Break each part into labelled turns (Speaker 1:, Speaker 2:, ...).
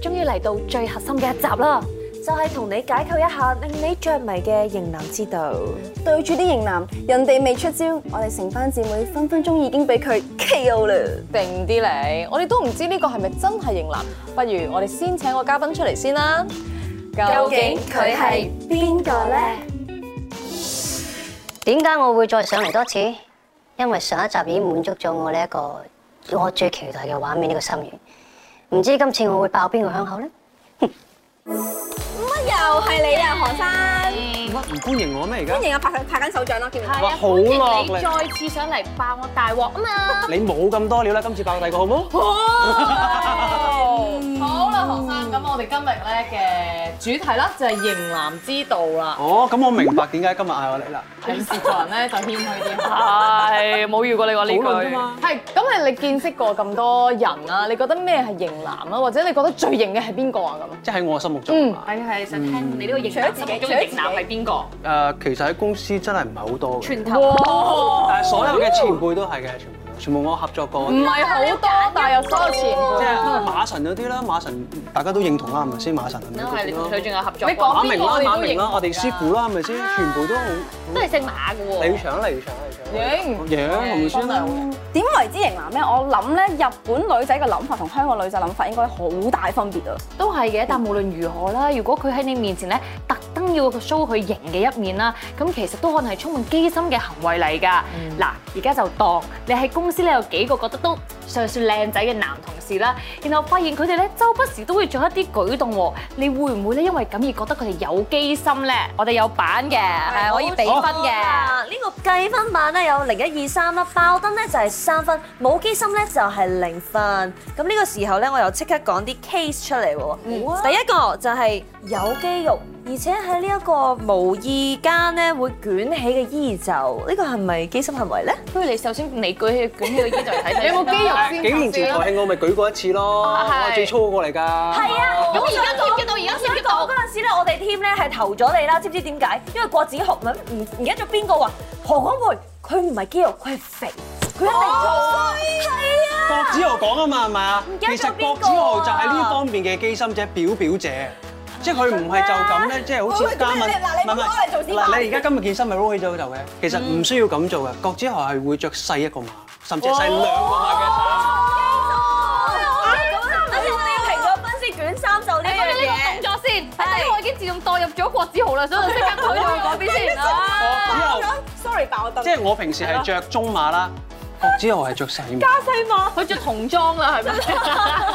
Speaker 1: 終於嚟到最核心嘅一集啦，就係同你解構一下令你着迷嘅型男之道。
Speaker 2: 對住啲型男，人哋未出招，我哋成班姊妹分分鐘已經俾佢 KO 啦。
Speaker 3: 定啲你，我哋都唔知呢個係咪真係型男，不如我哋先請個嘉賓出嚟先啦。究
Speaker 2: 邊個呢？
Speaker 4: 點解我會再上嚟多次？因為上一集已經滿足咗我呢一個我最期待嘅畫面呢個心願。唔知今次我會爆邊個響口呢？
Speaker 2: 又係你啊，韓生！
Speaker 5: 唔歡迎我咩而家？
Speaker 2: 迎啊，拍拍緊手掌咯，見唔見？
Speaker 5: 哇，好落力！
Speaker 6: 再次上嚟爆我大鑊啊嘛！
Speaker 5: 你冇咁多料啦，今次爆第二個好冇？
Speaker 3: 好啦，學生，咁我哋今日咧嘅主題啦，就係型男之道啦。
Speaker 5: 哦，咁我明白點解今日嗌我嚟啦。
Speaker 3: 平時做人咧就謙虛 啲。
Speaker 6: 係冇遇過你講呢
Speaker 5: 討論啫嘛
Speaker 3: 係，咁係你見識過咁多人啊，你覺得咩係型男啊？或者你覺得最型嘅係邊個啊？咁
Speaker 5: 即係喺我心目中
Speaker 3: 嗯，
Speaker 6: 係係想聽你呢個
Speaker 1: Ừ.
Speaker 6: 型
Speaker 2: 除咗
Speaker 6: 男
Speaker 2: 自
Speaker 6: 心
Speaker 2: 己
Speaker 6: 目中
Speaker 2: 除咗自
Speaker 6: 嘅
Speaker 2: 己
Speaker 6: 型男係邊個？
Speaker 5: 誒，其實喺公司真係唔係好多嘅，
Speaker 6: 拳頭
Speaker 5: 但係所有嘅前輩都係嘅，全部都全部我合作過
Speaker 3: 唔。係好多，但係有所有前
Speaker 5: 即係
Speaker 3: 輩。
Speaker 5: 馬神嗰啲啦，馬神大家都認同啦，係咪先？馬神係咪
Speaker 6: 係你同
Speaker 5: 嗰
Speaker 6: 水
Speaker 5: 啲
Speaker 6: 仲
Speaker 5: 咯？
Speaker 6: 有合作
Speaker 3: 你講
Speaker 6: 過，
Speaker 5: 馬明啦，
Speaker 3: 邊個
Speaker 5: 馬
Speaker 3: 我哋都
Speaker 5: 明啦
Speaker 3: 認，同
Speaker 5: 我哋師傅啦，係咪先？全部都好。
Speaker 6: 都係姓馬嘅喎。
Speaker 5: 李翔啦，李翔，李翔。
Speaker 3: 型
Speaker 5: 贏同你先啦。
Speaker 2: 點為之型男呢？我諗呢，日本女仔嘅諗法同香港女仔諗法應該好大分別啊！
Speaker 6: 都係嘅，但無論如何啦，如果佢喺你面前咧，特登要個 show 佢型嘅一面啦，咁其實都可能係充滿機心嘅行為嚟㗎。嗱、而家就當你喺公司咧有幾個覺得都尚算靚仔嘅男同事啦，然後發現佢哋咧周不時都會做一啲舉動喎，你會唔會咧因為咁而覺得佢哋有機心咧？我哋有版嘅，係可以俾分嘅。
Speaker 1: 啊！呢個計分版咧有零一二三啦，爆燈咧就係三分，冇機心咧就係零分。咁呢個時候咧，我又即刻講啲 case 出嚟喎。第一個就係有肌肉，而且喺呢一個無意間咧會捲起嘅衣袖，呢個係咪機心行為咧？
Speaker 6: 不如你首先你舉起捲起個衣袖睇睇，
Speaker 3: 你有冇肌肉先？
Speaker 5: 幾年前台慶我咪舉過一次咯，我係最粗嗰個嚟㗎。係
Speaker 1: 係啊，
Speaker 6: 咁而家貼唔貼到？而家貼唔貼
Speaker 1: 我
Speaker 6: 到
Speaker 1: 嗰？陣時咧，我哋 team 咧係投咗你啦，知唔知點解？因為郭子豪唔係唔唔記得咗邊個話何廣培，佢唔係肌肉，佢係肥，佢一定錯。係啊！
Speaker 5: 郭子豪講啊嘛，係咪啊？
Speaker 1: 記得
Speaker 5: 其
Speaker 1: 咗
Speaker 5: 實
Speaker 1: 邊
Speaker 5: 郭
Speaker 1: 個啊
Speaker 5: 子豪就係呢方面嘅機心者、表表者，即係佢唔係就咁咧，即係好似嘉敏，
Speaker 2: 喂喂你你你攞嚟做示範
Speaker 5: 嗱，你而家今日件衫咪 roll 起咗就嘅，其實唔需要咁做嘅。郭子豪係會着細一個碼，甚至係細兩個碼嘅衫。
Speaker 2: 哦
Speaker 1: 啊等哎陣我哋要評咗分先，卷三就呢
Speaker 6: 你
Speaker 1: 樣
Speaker 6: 呢
Speaker 1: 嘢。
Speaker 6: 個動作先，係我已經自動代入咗郭子豪啦，所以我 即刻退到去嗰邊先。
Speaker 5: 郭子豪，
Speaker 2: sorry，爆燈
Speaker 5: 即係我平時係着中碼啦，郭子豪係着細碼。
Speaker 6: 佢着童裝啦，係咪？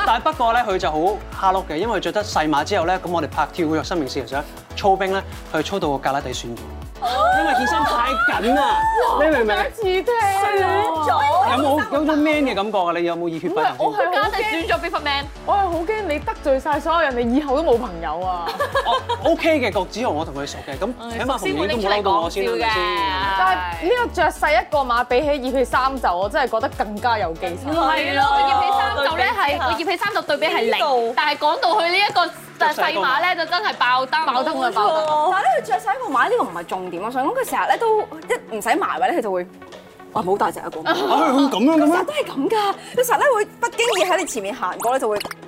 Speaker 5: 但係不過咧，佢就好蝦碌嘅，因為着得細碼之後咧，咁我哋拍跳躍生命線嘅時候，操兵咧，佢操到個格拉底損咗，因為件衫太緊啦，你明唔明？
Speaker 3: 啊
Speaker 5: 有冇有種 man 嘅感覺啊？你有冇熱血沸
Speaker 3: 唔
Speaker 5: 騰先？
Speaker 3: 係我係
Speaker 6: 家姐選咗 b i g Man，
Speaker 3: 我係好驚你得罪晒所有人，你以後都冇朋友啊！
Speaker 5: 我 OK 嘅，郭子豪我同佢熟嘅，咁起碼馮影都冇嬲到我先啦，係咪
Speaker 3: 但係呢個着細一個碼比起葉佢三袖，我真係覺得更加有機心。
Speaker 6: 係咯，我葉起三袖咧係我葉起三袖對比係零，但係講到佢呢一個細碼咧就真係爆燈，
Speaker 3: 爆燈啊爆燈！
Speaker 2: 但係咧，佢着晒一個碼呢個唔係重點，啊我想講佢成日咧都一唔使埋位咧，佢就會話冇大隻 一個。
Speaker 5: 先？啊，佢咁樣
Speaker 2: 成
Speaker 5: 嘅
Speaker 2: 日
Speaker 5: 咩？
Speaker 2: 都係咁㗎，佢成日咧會不經意喺你前面行過咧就會係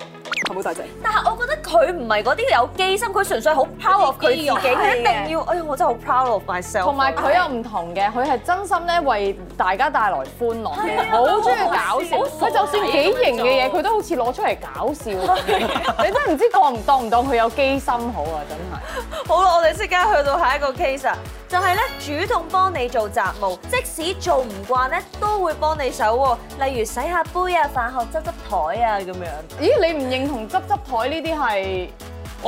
Speaker 2: 冇大隻。
Speaker 1: 但係我覺得佢唔係嗰啲有機心，佢純粹好 proud of 佢自己，佢一定要，哎呀，我真係好 proud of myself。啊
Speaker 3: 同埋佢又唔同嘅，佢係真心咧為大家帶來歡樂，啊好中意搞笑。佢就算幾型嘅嘢，佢都好似攞出嚟搞笑。你真係唔知當唔當唔當佢有機心好啊！真係。
Speaker 1: 好啦，我哋即刻去到下一個 case 啊，就係咧主動幫你做雜務，即使做唔慣咧都會幫你手喎，例如洗下杯啊、飯後執執台啊咁樣。
Speaker 3: 咦，你唔認同執執台呢啲係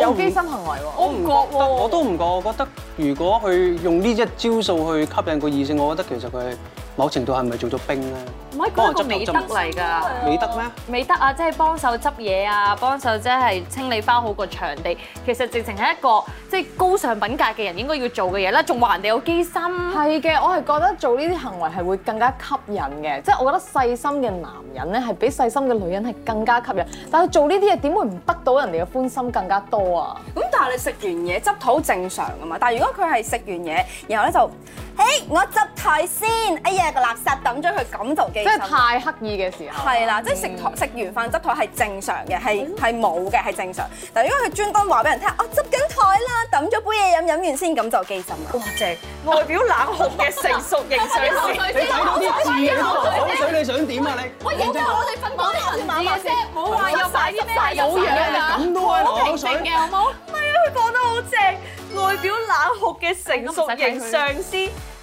Speaker 3: 有機心行為喎？我唔覺喎，
Speaker 5: 我都唔覺，我覺得如果佢用呢一招數去吸引個異性，我覺得其實佢某程度係咪做咗兵咧？
Speaker 6: 唔係嗰個美德嚟㗎，
Speaker 5: 美德咩？
Speaker 6: 美德啊，即係幫手執嘢啊，幫手即係清理翻好個場地。其實直情係一個即係高尚品格嘅人應該要做嘅嘢啦，仲話人哋有機心。
Speaker 3: 係嘅，我係覺得做呢啲行為係會更加吸引嘅，即係我覺得細心嘅男人咧係比細心嘅女人係更加吸引，但係做呢啲嘢點會唔得到人哋嘅歡心更加多啊？
Speaker 2: 咁但係你食完嘢執肚正常㗎嘛，但係如果佢係食完嘢，然後咧就，誒我執台先，哎呀係個垃圾抌咗佢咁就機
Speaker 3: 即係
Speaker 2: 心。
Speaker 3: 太刻意嘅時候。
Speaker 2: 係啊啦，即係食台食完飯執台係正常嘅，係係冇嘅係正常。但係如果佢專登話俾人聽，我執緊台啦，抌咗杯嘢飲，飲完先咁就機心啦。
Speaker 1: 哇正！外表冷酷嘅成熟型上司，
Speaker 5: 你睇到啲字喺度口水，你想點啊你？我認
Speaker 3: 我哋分講啲文字嘅啫，冇話又買啲咩
Speaker 5: 冇嘢啊！咁都可以流口水，
Speaker 3: 嘅好冇？
Speaker 1: 係啊，佢講得好正。外表冷酷嘅成熟型上司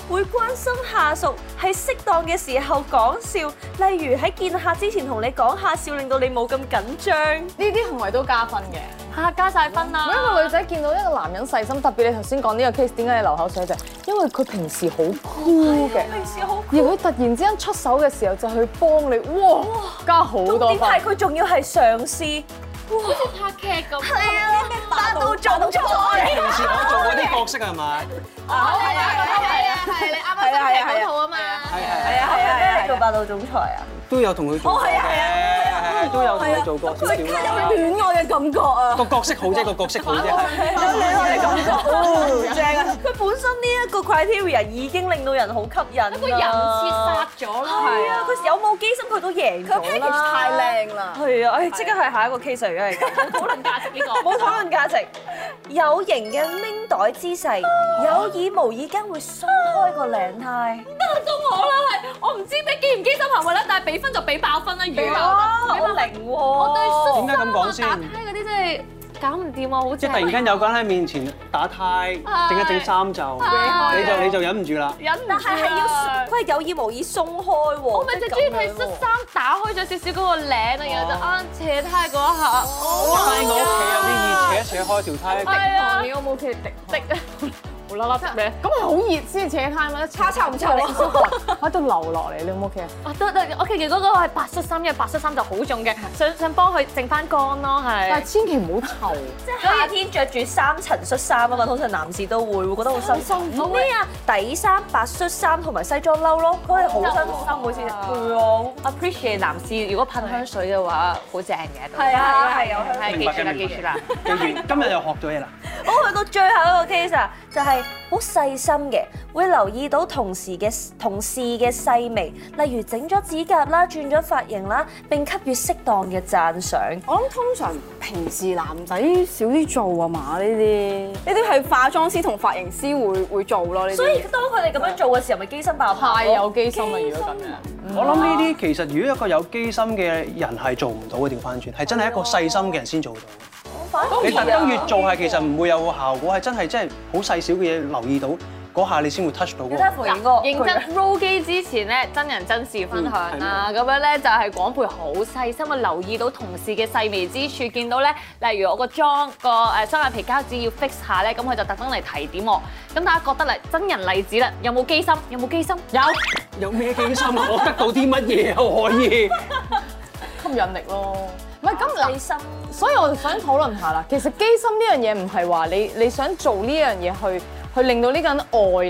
Speaker 1: 會關心下屬，喺適當嘅時候講笑，例如喺見客之前同你講下笑，令到你冇咁緊張。
Speaker 3: 呢啲行為都加分嘅。
Speaker 6: 嚇加晒分啦！
Speaker 3: 每一個女仔見到一個男人細心，特別你頭先講呢個 case，點解你流口水就係因為佢平時好 cool 嘅，
Speaker 1: 平時好
Speaker 3: 而佢突然之間出手嘅時候就去幫你，哇，加好多
Speaker 1: 點係
Speaker 3: 分。
Speaker 1: 佢仲要係上司，
Speaker 6: 拍劇咁，
Speaker 1: 係啊，霸道總裁。
Speaker 5: 平時我做過啲角色係咪？
Speaker 6: 係啊係啊係你啱
Speaker 2: 係啊係啊
Speaker 6: 啱
Speaker 2: 係
Speaker 6: 嗰
Speaker 2: 啊
Speaker 6: 套啊嘛。
Speaker 5: 係
Speaker 2: 係
Speaker 5: 係
Speaker 1: Dạ,
Speaker 2: 啊係啊
Speaker 1: 咩
Speaker 2: 係
Speaker 1: 嚟做霸道總裁啊？
Speaker 5: 都有同佢做過嘅，係係都有同佢做過少少
Speaker 2: 啊，
Speaker 5: 啦。
Speaker 2: 有戀愛嘅感覺啊！
Speaker 5: 個角色好啫，個角色好啫。
Speaker 1: Dạ, 佢本身呢一個 criteria 已經令到人好吸引啦。à,
Speaker 6: 個人設殺咗啦，
Speaker 1: 係啊，佢有冇機心佢都贏
Speaker 2: 佢
Speaker 1: 咗
Speaker 2: package
Speaker 1: 啦。
Speaker 2: 太靚啦，
Speaker 1: 係啊，唉，即刻係下一個 case 啊如果係咁。
Speaker 6: 討論價值呢個。
Speaker 1: 冇討論價值，有型嘅拎袋姿勢，有意無意間會鬆開個領呔。
Speaker 6: 到我啦，係我唔知咩機唔機心行為啦，但係俾分就俾爆分啦，如果
Speaker 1: 哇，好靈喎！我
Speaker 5: 點解咁講先
Speaker 6: 打？呔嗰啲真係搞唔掂啊，好
Speaker 5: 即
Speaker 6: 正
Speaker 5: 係突然間有個人喺面前打呔，整一整衫袖，
Speaker 6: 係
Speaker 5: 你就你就忍唔住啦。
Speaker 6: 忍唔
Speaker 1: 但係係要
Speaker 6: 要。
Speaker 1: 佢係有意無意鬆開喎。
Speaker 6: 我咪就中意睇恤衫打開咗少少嗰個領啊，然後就啊扯呔嗰一下，
Speaker 5: 我喺我屋企有啲熱，扯一扯開條呔，
Speaker 6: 係啊
Speaker 3: 你有冇其實滴滴啊？無啦啦
Speaker 6: Dạ.
Speaker 3: 滴咩？咁係啊好熱先扯開咪？
Speaker 2: 叉叉唔錯
Speaker 3: 你
Speaker 2: 你
Speaker 3: 唔舒服啊喺度流落嚟，你有冇其實？
Speaker 6: 啊得得，我其實嗰個係白恤衫，因為白恤衫就好重嘅，想想幫佢剩翻乾咯，
Speaker 3: 但係
Speaker 6: 係。
Speaker 3: 千祈唔好臭。
Speaker 1: 即係夏天着住三層恤衫啊嘛，通常男士都會會覺得好辛苦。咩啊？底衫、白恤衫同埋西裝褸咯，佢係好辛苦衫每次。係啊
Speaker 6: appreciate 男士如果噴香水嘅話，好正嘅都。
Speaker 1: 係啊，係有。
Speaker 6: 係記住啦，記住啦。
Speaker 5: 記住今日又學咗嘢啦。
Speaker 1: 我去到最後一個 case 啊，就係好細心嘅，會留意到同事嘅同事嘅細微，例如整咗指甲啦、轉咗髮型啦，並給予適當嘅讚賞。
Speaker 2: 我諗通常平時男仔少啲做啊嘛，呢啲呢啲係化妝師同髮型師會會做咯，呢啲
Speaker 1: 所以
Speaker 2: 嘢
Speaker 1: 當佢哋咁樣做嘅時候，咪機心爆棚咯
Speaker 3: 太有機心啊啦！如果咁樣。
Speaker 5: 我諗呢啲其實如果一個有機心嘅人係做唔到嘅，調翻轉係真係一個細心嘅人先做到。
Speaker 1: 反而啊
Speaker 5: 你特登越做係其實唔會有個效果，係真係真係好細小嘅嘢留意到嗰下你先會 touch 到嗰個
Speaker 1: 你睇下
Speaker 6: Dạ.
Speaker 1: 芙蓉哥，
Speaker 6: 認真 roll 機之前咧，真人真事分享啦，咁樣咧就係廣培好細心啊，留意到同事嘅細微之處，見到咧，例如我個妝個誒雙眼皮膠紙要 fix 下咧，咁佢就特登嚟提點我。咁大家覺得咧，真人例子啦，有冇機心？有冇機心？有。
Speaker 5: 有咩機心啊？我得到啲乜嘢啊？我可以
Speaker 3: 吸引力咯。唔係咁
Speaker 1: 機
Speaker 3: 嗱，
Speaker 1: 心
Speaker 3: 所以我就想討論下啦。其實機心呢樣嘢唔係話你你想做呢樣嘢去去令到呢個人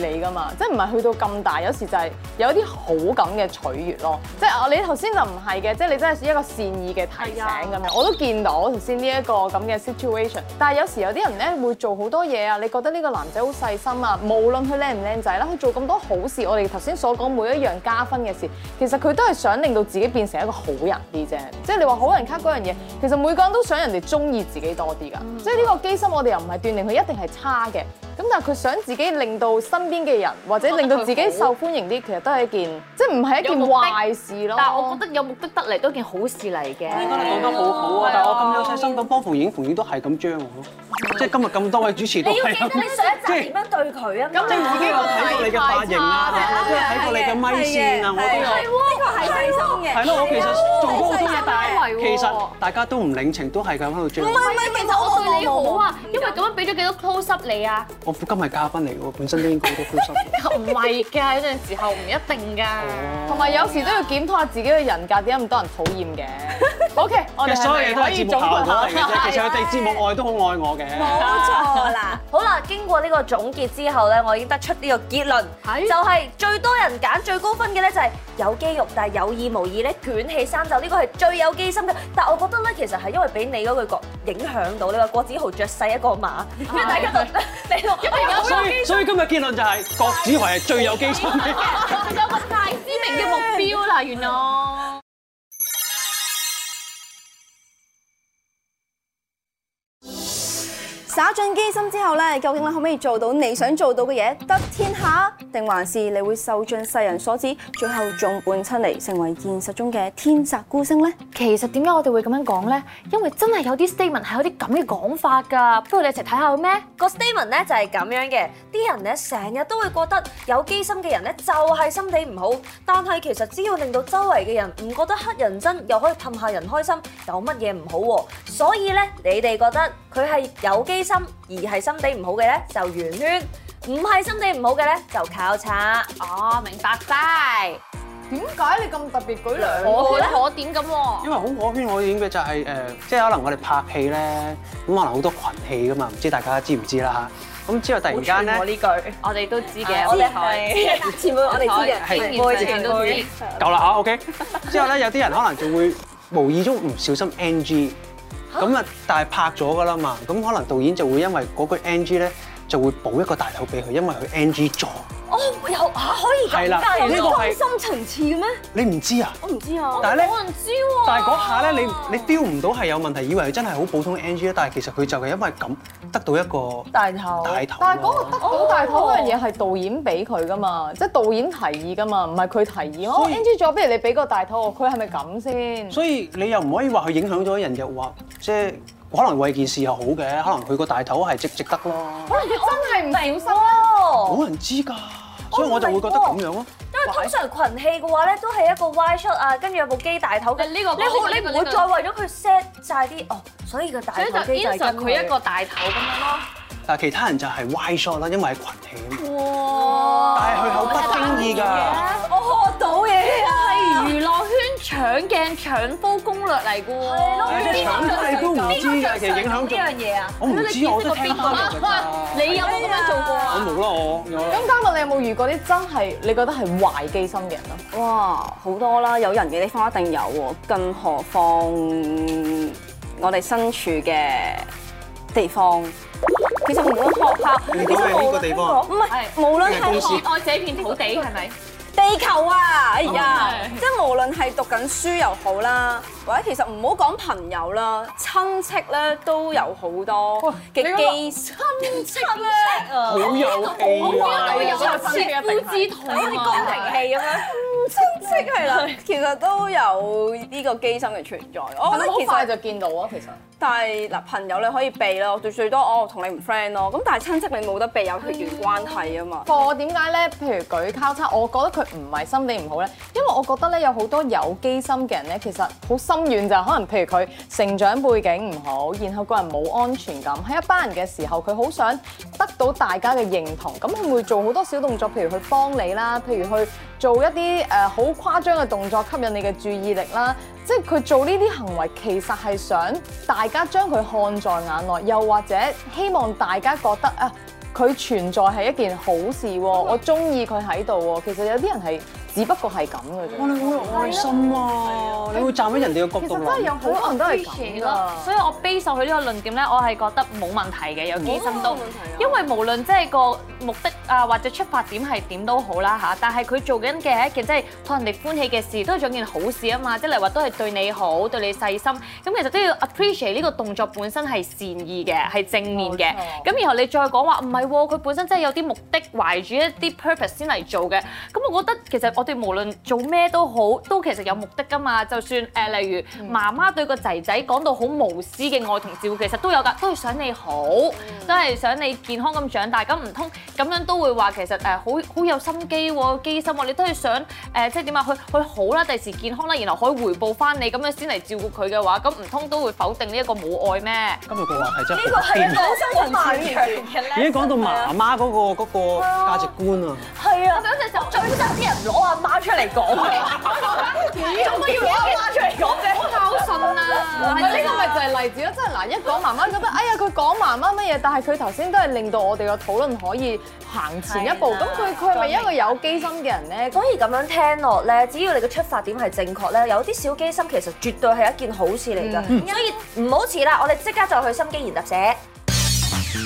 Speaker 3: 愛你噶嘛，即係唔係去到咁大，有時就係有啲好感嘅取悅咯。即係我你頭先就唔係嘅，即係你真係一個善意嘅提醒咁樣。我都見到頭先呢一個咁嘅 situation，但係有時有啲人咧會做好多嘢啊，你覺得呢個男仔好細心啊，無論佢靚唔靚仔啦，佢做咁多好事，我哋頭先所講每一樣加分嘅事，其實佢都係想令到自己變成一個好人啲啫。即係你話好人卡嗰樣嘢，其實每個人都想人哋中意自己多啲㗎。
Speaker 6: 嗯
Speaker 3: 即係呢個機心，我哋又唔係斷定佢一定係差嘅。咁但係佢想自己令到身邊嘅人或者令到自己受歡迎啲，其實都係一件即係唔係一件
Speaker 6: 有目的
Speaker 3: 壞事咯。
Speaker 6: 但係我覺得有目的得嚟都件好事嚟嘅。
Speaker 5: 應該你講得好好啊！但係我咁有細心咁幫馮影，馮影都係咁將我咯。即係今日咁多位主持都
Speaker 1: 你要
Speaker 5: 係
Speaker 1: 記得
Speaker 5: 咁，
Speaker 1: 你上一集點樣對佢啊嘛。
Speaker 5: 即係我都有睇過你嘅髮型啊，我都有睇過你嘅咪線啊，我都有。
Speaker 2: 呢個係細心嘅。
Speaker 5: 係咯，我其實做過好多
Speaker 6: 係
Speaker 5: 嘢，
Speaker 6: 啊
Speaker 5: 但
Speaker 6: 係
Speaker 5: 係
Speaker 6: 喎
Speaker 5: 其實大家都唔領情，都係咁喺度追我。
Speaker 2: 唔係，其實
Speaker 6: 我對你好啊，因為咁樣俾咗幾多 close up 你啊？
Speaker 5: 我今日嘉賓嚟喎，本身都應該好多灰心。
Speaker 6: 唔係㗎，有陣時候唔一定㗎。
Speaker 3: 同埋有時都要檢討下自己嘅人格，點解咁多人討厭嘅 ？OK，我
Speaker 5: 其
Speaker 3: 哋
Speaker 5: 實所
Speaker 3: 係
Speaker 5: 有
Speaker 3: 咪
Speaker 5: 嘢都
Speaker 3: 可
Speaker 5: 係節
Speaker 3: 以
Speaker 5: 目
Speaker 3: 總
Speaker 5: 效
Speaker 3: 括
Speaker 5: 果
Speaker 3: 下
Speaker 5: 嚟嘅啫。其實佢哋節目愛都好愛我嘅。
Speaker 2: 冇錯啦。
Speaker 1: 好啦，經過呢個總結之後咧，我已經得出呢個結論，
Speaker 6: 係
Speaker 1: 就係最多人揀最高分嘅咧就係有肌肉但係有意無意咧捲起衫袖，呢個係最有機心嘅。但我覺得咧，其實係因為俾你嗰句講影響到，你話郭子豪着細一個 碼，因為大家就 你我
Speaker 5: 所以所以今日結論就係郭子華係最有機心嘅。
Speaker 6: 有個大師嘅目標啦，原來。
Speaker 2: 耍盡機心之後咧，究竟你可唔可以做到你想做到嘅嘢，得天下，定還是你會受盡世人所指，最後眾叛親離，成為現實中嘅天擇孤星呢？
Speaker 6: 其實點解我哋會咁樣講呢？因為真係有啲 statement 係有啲咁嘅講法㗎，不如你一齊睇下好咩？
Speaker 1: 個 statement 咧就係咁樣嘅，啲人咧成日都會覺得有機心嘅人咧就係心地唔好，但係其實只要令到周圍嘅人唔覺得乞人憎，又可以氹下人開心，有乜嘢唔好喎？所以咧，你哋覺得佢係有機心而係心地唔好嘅咧，就圓圈；唔係心地唔好嘅咧，就交叉。
Speaker 6: 哦，明白晒。
Speaker 3: 點解你咁特別舉兩
Speaker 6: 我
Speaker 3: 個咧
Speaker 6: 圈？我點咁喎？
Speaker 5: 因為好我圈我影嘅就係、誒、即係可能我哋拍戲咧，咁可能好多群戲噶嘛，唔知大家知唔知啦嚇？咁之後突然間咧，
Speaker 3: 呢句。
Speaker 6: 我哋都知嘅，
Speaker 1: 我哋
Speaker 6: 係
Speaker 1: 前輩，我哋知嘅，
Speaker 5: 係
Speaker 6: 每個人都知。
Speaker 5: 夠啦嚇，OK。之後咧有啲人可能就會無意中唔小心 NG，咁啊但係拍咗噶啦嘛，咁可能導演就會因為嗰句 NG 咧就會補一個大頭俾佢，因為佢 NG 咗。
Speaker 1: 哦，有嚇可以
Speaker 5: 係
Speaker 1: 咁
Speaker 5: 啦
Speaker 1: 㗎，
Speaker 5: 呢
Speaker 1: 有
Speaker 5: 個
Speaker 1: 咁
Speaker 5: 係
Speaker 1: 深層次嘅咩？
Speaker 5: 你唔知啊？
Speaker 1: 我唔知啊。
Speaker 5: 但係咧
Speaker 1: 冇人知喎。
Speaker 5: 但係嗰下咧，你你 feel 唔到係有問題，以為佢真係好普通嘅 NG 啦，但係其實佢就係因為咁得到一個
Speaker 1: 大頭
Speaker 5: 大頭咯。啊
Speaker 3: 但係嗰個得到大頭嗰樣嘢係導演俾佢噶嘛，即係導演提議噶嘛，唔係佢提議。我
Speaker 5: 所以
Speaker 3: NG 咗，不如你俾個大頭我，佢係咪咁先？
Speaker 5: 所以你又唔可以話佢影響咗人，又話即係可能為件事係好嘅，可能佢個大頭係值值得咯，
Speaker 3: 可能佢真係唔小心。
Speaker 5: 冇人知㗎，所以我就會覺得咁樣咯。
Speaker 1: 因為通常群戲嘅話咧，都係一個 Y shot 啊，跟住有部機大頭嘅。
Speaker 6: 呢個
Speaker 1: 你好，你
Speaker 6: 呢個
Speaker 1: 唔
Speaker 6: 呢
Speaker 1: 會
Speaker 6: 個
Speaker 1: 再為咗佢 set 晒啲哦，所以個大
Speaker 6: 所以就
Speaker 1: 頭機就
Speaker 6: i
Speaker 1: 係
Speaker 6: n s e r
Speaker 1: 跟
Speaker 6: 佢一個大頭咁樣咯。
Speaker 5: 但係其他人就係 Y shot 啦，因為係群戲啊嘛。
Speaker 1: 哇！
Speaker 5: 但係佢好不經意㗎，
Speaker 1: 我學到嘢啊！
Speaker 6: 係娛樂圈搶鏡搶煲攻略嚟㗎喎。係
Speaker 1: 咯
Speaker 5: 即係搶咗你都唔知㗎，其實影響
Speaker 1: 呢
Speaker 5: 咗。
Speaker 1: 樣嘢啊！
Speaker 5: 我唔知，我都聽翻嚟㗎咋。
Speaker 6: 你有冇咁樣做過
Speaker 5: 我
Speaker 6: 啊？
Speaker 5: 啊冇啦，我有啦
Speaker 3: 咁嘉文，你有冇遇過啲真係你覺得係壞機心嘅人啊？
Speaker 2: 哇，好多啦！有人嘅地方一定有喎，更何況我哋身處嘅地方，其實無論學校，
Speaker 5: 你
Speaker 2: 其
Speaker 5: 講
Speaker 2: 實無
Speaker 5: 係呢
Speaker 2: 論
Speaker 5: 個地方
Speaker 2: 唔係無論係
Speaker 5: 公司
Speaker 2: 學
Speaker 6: 熱愛這片土地係咪？
Speaker 2: 地球啊，哎呀
Speaker 6: 嗯，
Speaker 2: 即係無論係讀緊書又好啦，或者其實唔好講朋友啦，親戚咧都有好多嘅機心。
Speaker 5: 好有氣啊！
Speaker 6: 我有
Speaker 3: 我知
Speaker 6: 切膚之痛啊！
Speaker 1: 戲咁樣，
Speaker 2: 親戚係啦，其實都有呢個機心嘅存在。我
Speaker 3: 我
Speaker 2: 覺
Speaker 3: 覺
Speaker 2: 得
Speaker 3: 得好
Speaker 2: 其
Speaker 3: 快
Speaker 2: 實，
Speaker 3: 就見到啊，其實。
Speaker 2: 但係嗱朋友你可以避啦，我最最多我同你唔 friend 咯。咁但係親戚你冇得避，有血緣關係啊嘛。
Speaker 3: 我點解咧？譬如舉交叉，我覺得佢唔係心地唔好咧，因為我覺得咧有好多有機心嘅人咧，其實好心軟就係可能譬如佢成長背景唔好，然後個人冇安全感，喺一班人嘅時候佢好想得到大家嘅認同，咁佢會做好多小動作，譬如去幫你啦，譬如去做一啲誒好誇張嘅動作吸引你嘅注意力啦。即係佢做呢啲行為，其實係想大家將佢看在眼內，又或者希望大家覺得啊，佢存在係一件好事喎，我中意佢喺度喎。其實有啲人係只不過係咁嘅
Speaker 5: 哇，
Speaker 3: 啫，
Speaker 5: 你好有愛心啊！你會站喺人哋嘅角
Speaker 3: 其實
Speaker 5: 度
Speaker 3: 真
Speaker 5: 諗
Speaker 3: 係。有好啊多人都係咁
Speaker 6: 咯
Speaker 3: 噶，。
Speaker 6: 所以我 base 上佢呢個論點咧，我係覺得冇問題嘅，有機心都
Speaker 2: 冇問題啊。
Speaker 6: 因為無論即係個目的啊，或者出發點係點都好啦吓，但係佢做緊嘅係一件即係討人哋歡喜嘅事，都係做件好事啊嘛。即係例如話都係對你好，對你細心，咁其實都要 appreciate 呢個動作本身係善意嘅，係正面嘅
Speaker 3: 冇。錯
Speaker 6: 咁然後你再講話唔係喎，佢本身真係有啲目的，懷住一啲 purpose 先嚟做嘅。咁我覺得其實我哋無論做咩都好，都其實有目的㗎嘛。就算誒、呃例如媽媽對個仔仔講到好無私嘅愛同照顧，其實都有㗎，都係想你好，都係想你健康咁長大。咁唔通咁樣都會話其實誒、呃好好有心機喎，機心喎，你都係想誒、呃即係點啊？佢佢好啦，第時健康啦，然後可以回報翻你，咁樣先嚟照顧佢嘅話，咁唔通都會否定呢一個冇愛咩？
Speaker 5: 今日個話題真係
Speaker 1: 呢個
Speaker 5: 好
Speaker 1: 係一
Speaker 5: 癲
Speaker 1: 個好漫長嘅咧。
Speaker 5: 已經講到媽媽嗰個嗰個價值觀啊！
Speaker 1: 係啊，嗰陣就最憎啲人攞阿媽出嚟講嘅，做乜要攞阿媽出嚟講嘅？
Speaker 3: 好信啊！唔係呢個咪就係例子咯，即係嗱，一講媽媽覺得，哎呀佢講媽媽乜嘢，但係佢頭先都係令到我哋個討論可以行前一步。
Speaker 1: 係
Speaker 3: 咁
Speaker 1: 啦
Speaker 3: 佢佢係咪一個有機心嘅人咧？
Speaker 1: 所以咁樣聽落咧，只要你嘅出發點係正確咧，有啲小機心其實絕對係一件好事嚟㗎。所以唔好遲啦，我哋即刻就去心機研習社。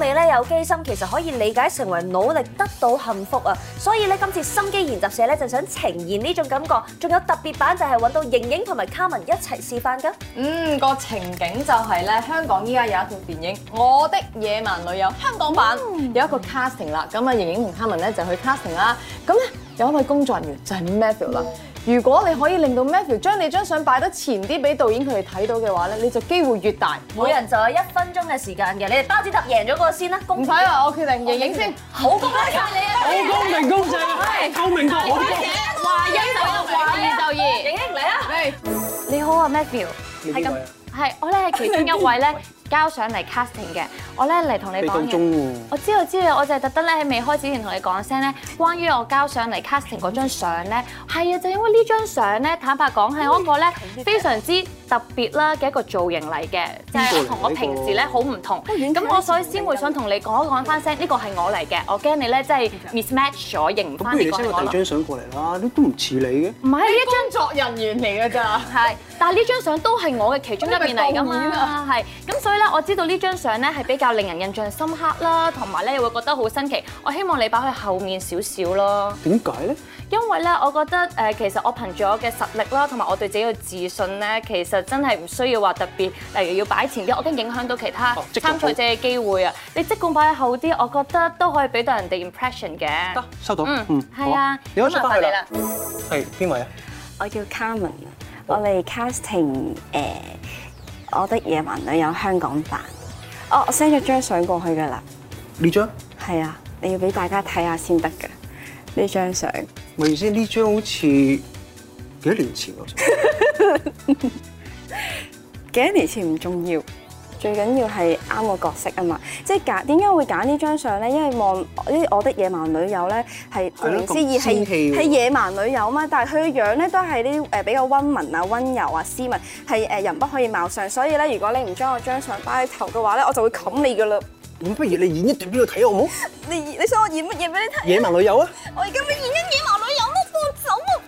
Speaker 1: 尾咧有機心，其實可以理解成為努力得到幸福啊！所以咧，今次心機研習社咧就想呈現呢種感覺，仲有特別版就係揾到盈盈同埋卡文一齊示範㗎。
Speaker 3: 嗯，個情景就係咧，香港依家有一套電影《我的野蠻女友》香港版，有一個 casting 啦。咁啊，盈盈同卡文咧就去 casting 啦。咁咧有一位工作人員就係 Matthew 啦。如果你可以令到 Matthew 將你張相擺得前啲俾導演佢哋睇到嘅話咧，你就機會越大。
Speaker 1: 每人就有一分鐘嘅時間嘅，你哋包子揼贏咗個先啦，
Speaker 3: 唔
Speaker 1: 公
Speaker 3: 使啦，我決定盈盈先。
Speaker 1: 好公開晒你啊！
Speaker 5: 好公平公正啊，透明度好高。
Speaker 6: 華欣就華怡就怡。
Speaker 1: 盈盈嚟啊！
Speaker 6: 你好啊，Matthew，
Speaker 5: 你邊位啊？
Speaker 6: 係我咧係其 中一位咧交上嚟 casting 嘅，我咧嚟同你
Speaker 5: 你
Speaker 6: 講
Speaker 5: 夠
Speaker 6: 嘢。
Speaker 5: 鐘喎。
Speaker 6: 我知道知道，我就係特登咧喺未開始前同你講聲咧，關於我交上嚟 casting 嗰張相咧，係啊，就因為呢張相咧，坦白講係我一 個咧非常之特別啦嘅一個造型嚟嘅，就係、同我平時咧好唔同。咁我所以先會想同你講一講翻聲，呢個係我嚟嘅，我驚你咧真係 mismatch 咗，認唔
Speaker 5: 咁不
Speaker 6: 翻
Speaker 5: 如
Speaker 6: 呢
Speaker 5: 你
Speaker 6: 個
Speaker 5: send
Speaker 6: 係
Speaker 5: 個
Speaker 6: 我
Speaker 5: 第二
Speaker 6: 啦。
Speaker 5: 張相過嚟啦，都都唔似你嘅。
Speaker 6: 唔係呢張。
Speaker 3: 工作人員嚟㗎咋？
Speaker 6: 係，但係呢張相都係我嘅其中一面嚟㗎
Speaker 3: 咁你咪導演
Speaker 5: 啊
Speaker 6: 嘛，係，咁所以咧，我知道呢張相咧係比較令人印象深刻啦，同埋咧會覺得好新奇。我希望你擺去後面少少咯，
Speaker 5: 點解咧？
Speaker 6: 因為咧，我覺得誒、呃其實我憑住我嘅實力啦，同埋我對自己嘅自信咧，其實真係唔需要話特別，例如要擺前啲，我驚影響到其他
Speaker 5: 哦即管
Speaker 6: 參賽者嘅機會啊。你即管擺後啲，我覺得都可以俾到人哋 impression 嘅。
Speaker 5: 得，收到。
Speaker 6: 嗯，係啊，
Speaker 5: 你可以
Speaker 6: 咁
Speaker 5: 出
Speaker 6: 麻煩
Speaker 5: 翻
Speaker 6: 你
Speaker 5: 去
Speaker 6: 啦
Speaker 5: 啦。。係邊位啊？
Speaker 2: 我叫 Carmen，我嚟 casting 誒我的野蠻女友香港版。哦，我 send 咗張相過去㗎啦，
Speaker 5: 呢張？
Speaker 2: 係啊，你要俾大家睇下先得㗎。呢張相
Speaker 5: 我意思呢張好似幾多年前嗰張。
Speaker 2: 幾多年前唔重要，最緊要係啱個角色啊嘛。即係揀點解會揀呢張相咧？因為望因為我的野蠻女友咧係顧
Speaker 5: 係咯
Speaker 2: 名思義
Speaker 5: 咁仙
Speaker 2: 係
Speaker 5: 氣喎
Speaker 2: 係野蠻女友嘛，但係佢嘅樣咧都係啲誒比較温文啊、温柔啊、斯文，係誒人不可以貌相。所以咧，如果你唔將我張相擺喺頭嘅話咧，我就會冚你㗎啦。
Speaker 5: 咁不如你演一段俾我睇好唔好？
Speaker 2: 你你想我演乜嘢俾你睇？
Speaker 5: 野蠻女友啊！
Speaker 2: 我而家咪演緊野蠻女友啦，放手啊！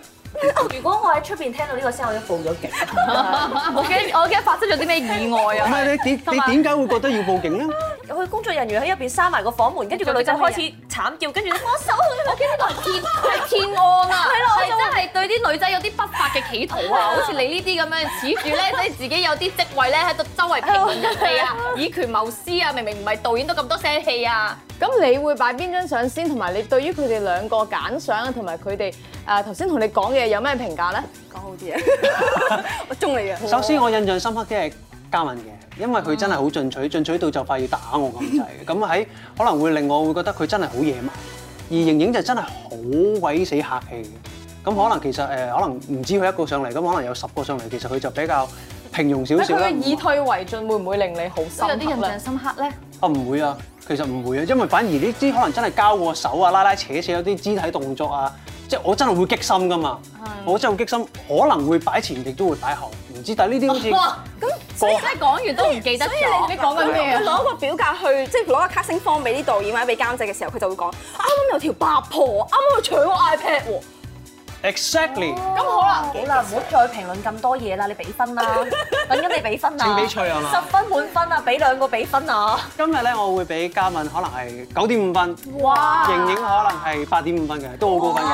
Speaker 1: 如果我喺出邊聽到呢個聲，我已經報咗警。
Speaker 6: 啊我驚我驚發生咗啲咩意外
Speaker 5: 唔
Speaker 6: 啊！
Speaker 5: 係你點你點解會覺得要報警咧？
Speaker 1: 有佢工作人員喺入邊閂埋個房門，跟住個女仔啊開始慘叫，跟住幫手，我驚呢個人
Speaker 6: 騙 係騙案啊！
Speaker 1: 係咯我
Speaker 6: 係真係對啲女仔有啲不法嘅企圖 啊！好似你呢啲咁樣，恃住咧即係自己有啲職位咧喺度周圍評論人哋 啊，以權謀私啊！明明唔係導演都咁多聲氣啊！
Speaker 3: 咁你會擺邊張相先？同埋你對於佢哋兩個揀相啊，同埋佢哋誒頭先同你講嘅嘢有咩評價咧？
Speaker 2: 講好啲啊！我中你啊！
Speaker 5: 首先我印象深刻啲係嘉敏嘅，因為佢真係好進取，進取到就快要打我咁滯嘅。咁喺可能會令我會覺得佢真係好野蠻，而盈盈就真係好鬼死客氣嘅。咁可能其實誒、可能唔止佢一個上嚟，咁可能有十個上嚟，其實佢就比較平庸少
Speaker 3: 咁
Speaker 5: 少
Speaker 3: 佢
Speaker 5: 啦。
Speaker 3: 嘅以退為進會唔會令你好
Speaker 6: 都有
Speaker 3: 深刻
Speaker 6: 啲印
Speaker 3: 咧
Speaker 6: 象？深刻咧。
Speaker 5: 啊唔會啊，其實唔會啊，因為反而呢啲可能真係交過手啊、拉拉扯扯有啲肢體動作啊，即係我真係會激心噶嘛，我真係會激心，可能會擺前亦都會擺後，唔知但係呢啲好似
Speaker 6: 哇！咁所以咧講完都唔記得咗。
Speaker 3: 你講緊咩
Speaker 2: 佢
Speaker 3: 啊？
Speaker 2: 攞個表格去，即係攞個卡星方俾啲導演或者俾監製嘅時候，佢就會講：啱啱有條八婆，啱啱去搶我 iPad 喎。
Speaker 5: exactly
Speaker 3: 咁好啦，
Speaker 1: 好啦，唔好再評論咁多嘢啦，你俾分 啦，等緊你俾分啊！
Speaker 5: 正比賽啊嘛
Speaker 1: 十分滿分啊，俾兩個俾分啊！
Speaker 5: 今日咧我會俾嘉敏可能係九點五分，
Speaker 1: 哇！
Speaker 5: 盈盈可能係八點五分嘅，都好高分嘅。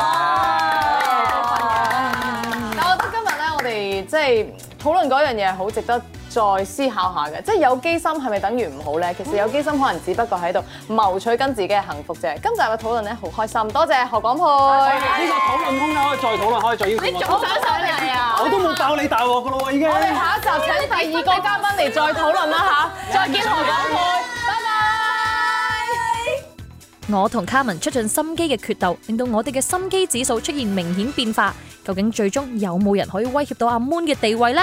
Speaker 3: 但我覺得今日咧，我哋即係討論嗰樣嘢係好值得再思考下嘅，即係有機心係咪等於唔好咧？其實有機心可能只不過喺度謀取緊自己嘅幸福啫。今集嘅討論咧好開心，多謝何廣沛。
Speaker 5: 呢個討論空間可以再討論，可以再邀請
Speaker 3: 好
Speaker 5: 我。
Speaker 3: 想上嚟啊！
Speaker 5: 我都冇爆你大鑊噶咯喎，已經。
Speaker 3: 我哋下一集請第二個嘉賓嚟再討論啦吓，再見何廣沛，拜拜。
Speaker 7: 我同卡文出盡心機嘅決鬥，令到我哋嘅心機指數出現明顯變化。究竟最終有冇人可以威脅到阿 Moon 嘅地位呢？